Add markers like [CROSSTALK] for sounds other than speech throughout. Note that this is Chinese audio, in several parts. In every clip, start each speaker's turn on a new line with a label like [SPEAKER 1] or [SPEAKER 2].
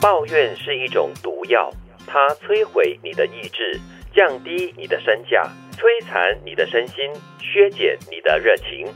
[SPEAKER 1] 抱怨是一种毒药，它摧毁你的意志，降低你的身价，摧残你的身心，削减你的热情。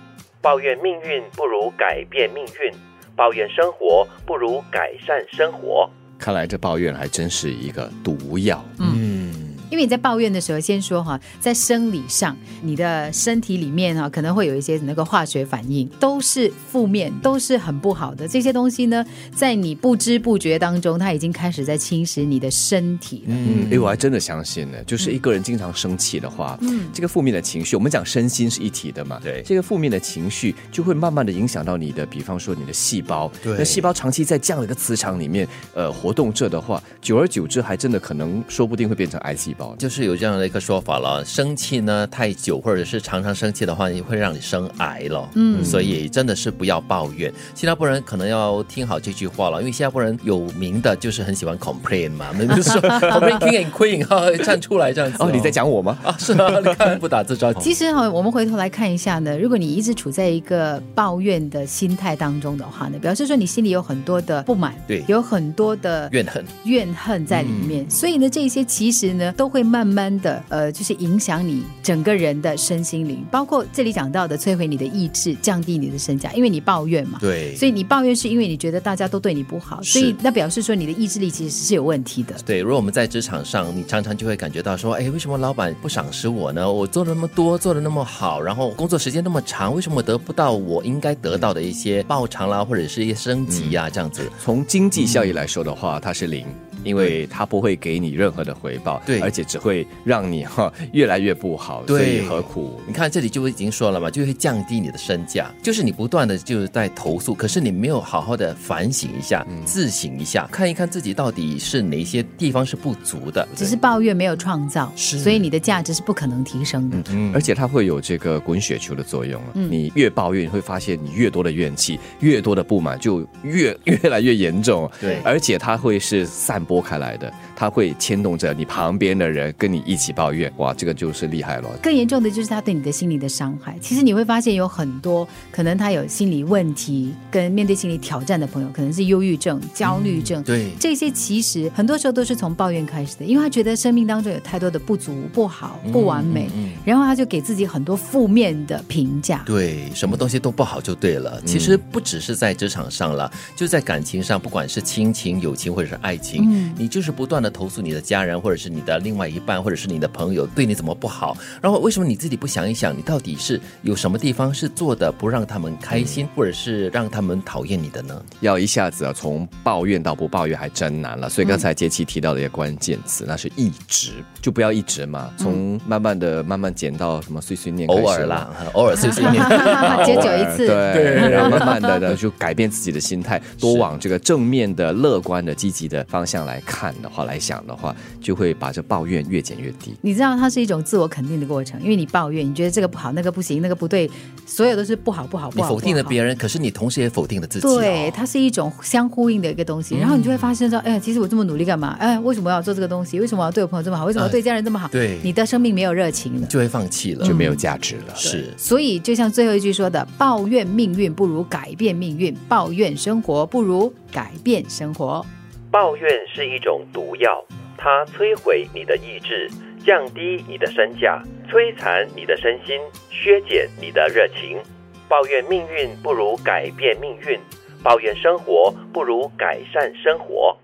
[SPEAKER 1] 抱怨命运不如改变命运，抱怨生活不如改善生活。
[SPEAKER 2] 看来这抱怨还真是一个毒药。嗯，
[SPEAKER 3] 因为你在抱怨的时候，先说哈，在生理上，你的身体里面哈可能会有一些那个化学反应，都是负面，都是很不好的。这些东西呢，在你不知不觉当中，它已经开始在侵蚀你的身体了。
[SPEAKER 2] 嗯，哎，我还真的相信呢，就是一个人经常生气的话，嗯，这个负面的情绪，我们讲身心是一体的嘛，
[SPEAKER 4] 对
[SPEAKER 2] 这个负面的情绪就会慢慢的影响到你的，比方说你的细胞，
[SPEAKER 4] 对
[SPEAKER 2] 那细胞长期在这样的一个磁场里面，呃，活动着的话，久而久之，还真的可能说不定会变成癌细胞。
[SPEAKER 4] 就是有这样的一个说法了，生气呢太久或者是常常生气的话，也会让你生癌了。嗯，所以真的是不要抱怨。新加坡人可能要听好这句话了，因为新加坡人有名的就是很喜欢 complain 嘛，我 [LAUGHS] 们就说 complain king and queen 哈，站出来这样子、
[SPEAKER 2] 哦，你在讲我吗？
[SPEAKER 4] 啊？是啊，你看不打自
[SPEAKER 2] [LAUGHS]
[SPEAKER 4] 招。
[SPEAKER 3] 其实哈，我们回头来看一下呢，如果你一直处在一个抱怨的心态当中的话呢，表示说你心里有很多的不满，
[SPEAKER 4] 对
[SPEAKER 3] 有很多的
[SPEAKER 4] 怨恨，
[SPEAKER 3] 怨恨在里面，
[SPEAKER 4] 嗯
[SPEAKER 3] 所以呢，这些其实呢都会慢慢的呃，就是影响你整个人的身心灵，包括这里讲到的摧毁你的意志，降低你的身价，因为你抱怨嘛。
[SPEAKER 4] 对，
[SPEAKER 3] 所以你抱怨是因为你觉得大家都对你不好，
[SPEAKER 4] 是
[SPEAKER 3] 所以那表示说你的意志力其实是有问题的。
[SPEAKER 4] 对，如果我们在职场上，你常常就会感觉到说，哎，为什么老板不赏识我呢？我做的那么多，做的那么好，然后工作时间那么长，为什么我得不到我应该得到的一些报偿啦，或者是一些升级呀、这样子？
[SPEAKER 2] 从经济效益来说的话，它是零，因为它不会给你任何的回报，
[SPEAKER 4] 对
[SPEAKER 2] 而且只会让你哈越来越不好，
[SPEAKER 4] 对
[SPEAKER 2] 所以何苦？
[SPEAKER 4] 你看这里就已经说了嘛，就会降低你的身价，就是你不断的就是在投诉，可是你没有好好的反省一下、自省一下，看一看自己到底是哪些地方是不足的。
[SPEAKER 3] 只是抱怨没有创造，
[SPEAKER 4] 是
[SPEAKER 3] 所以你的价值是不可能提升的。
[SPEAKER 4] 嗯
[SPEAKER 2] 而且它会有这个滚雪球的作用、啊你越抱怨，你会发现你越多的怨气，越多的不满，就越越来越严重。啊
[SPEAKER 4] 对
[SPEAKER 2] 而且它会是散播开来的，它会牵动着你旁边的人跟你一起抱怨。哇，这个就是厉害了。
[SPEAKER 3] 更严重的就是他对你的心理的伤害。其实你会发现有很多可能他有心理问题，跟面对心理挑战的朋友，可能是忧郁症、焦虑症。
[SPEAKER 4] 嗯对，
[SPEAKER 3] 这些其实很多时候都是从抱怨开始的，因为他觉得生命当中有太多的不足、不好、
[SPEAKER 4] 嗯
[SPEAKER 3] 不完美，然后他就给自己很多负面的评价。
[SPEAKER 4] 对，什么东西都不好就对
[SPEAKER 2] 嗯
[SPEAKER 4] 了。其实不只是在职场上了，就在感情上，不管是亲情、友情或者是爱情，
[SPEAKER 2] 嗯
[SPEAKER 4] 你就是不断的投诉你的家人，或者是你的另外一半，或者是你的朋友对你怎么不好。然后为什么你自己不想一想，你到底是有什么地方是做的不让他们开心，
[SPEAKER 2] 嗯
[SPEAKER 4] 或者是让他们讨厌你的呢？
[SPEAKER 2] 要一下子啊，从抱怨到不抱怨还真难了。所以刚才杰奇提到的一个关键词，那是一直，就不要一直嘛，从慢慢的、慢慢减到什么碎碎念开始
[SPEAKER 4] 偶尔啦，，偶尔碎碎
[SPEAKER 2] [LAUGHS]
[SPEAKER 4] 念。
[SPEAKER 3] 解酒一次
[SPEAKER 2] 对，然后慢慢的呢，就改变自己的心态，多往这个正面的、乐观的、积极的方向来看的话，来想的话，就会把这抱怨越减越低。
[SPEAKER 3] 你知道，它是一种自我肯定的过程，因为你抱怨，你觉得这个不好，那个不行，那个不对，所有都是不好、不好、
[SPEAKER 4] 你
[SPEAKER 3] 不好。
[SPEAKER 4] 否定了
[SPEAKER 3] 不好
[SPEAKER 4] 别人，可是你同时也否定了自己、哦。
[SPEAKER 3] 对，它是一种相呼应的一个东西，然后你就会发现说，哎呀，其实我这么努力干嘛？哎，为什么要做这个东西？为什么要对我朋友这么好？为什么要对家人这么好？
[SPEAKER 4] 哎对
[SPEAKER 3] 你的生命没有热情了。
[SPEAKER 4] 就会放弃了，
[SPEAKER 2] 就没有价值了。
[SPEAKER 4] 是。
[SPEAKER 3] 所以，就像最后一句说的，抱怨命运不如改变命运，抱怨生活不如改变生活。
[SPEAKER 1] 抱怨是一种毒药，它摧毁你的意志，降低你的身价，摧残你的身心，削减你的热情。抱怨命运不如改变命运，抱怨生活不如改善生活。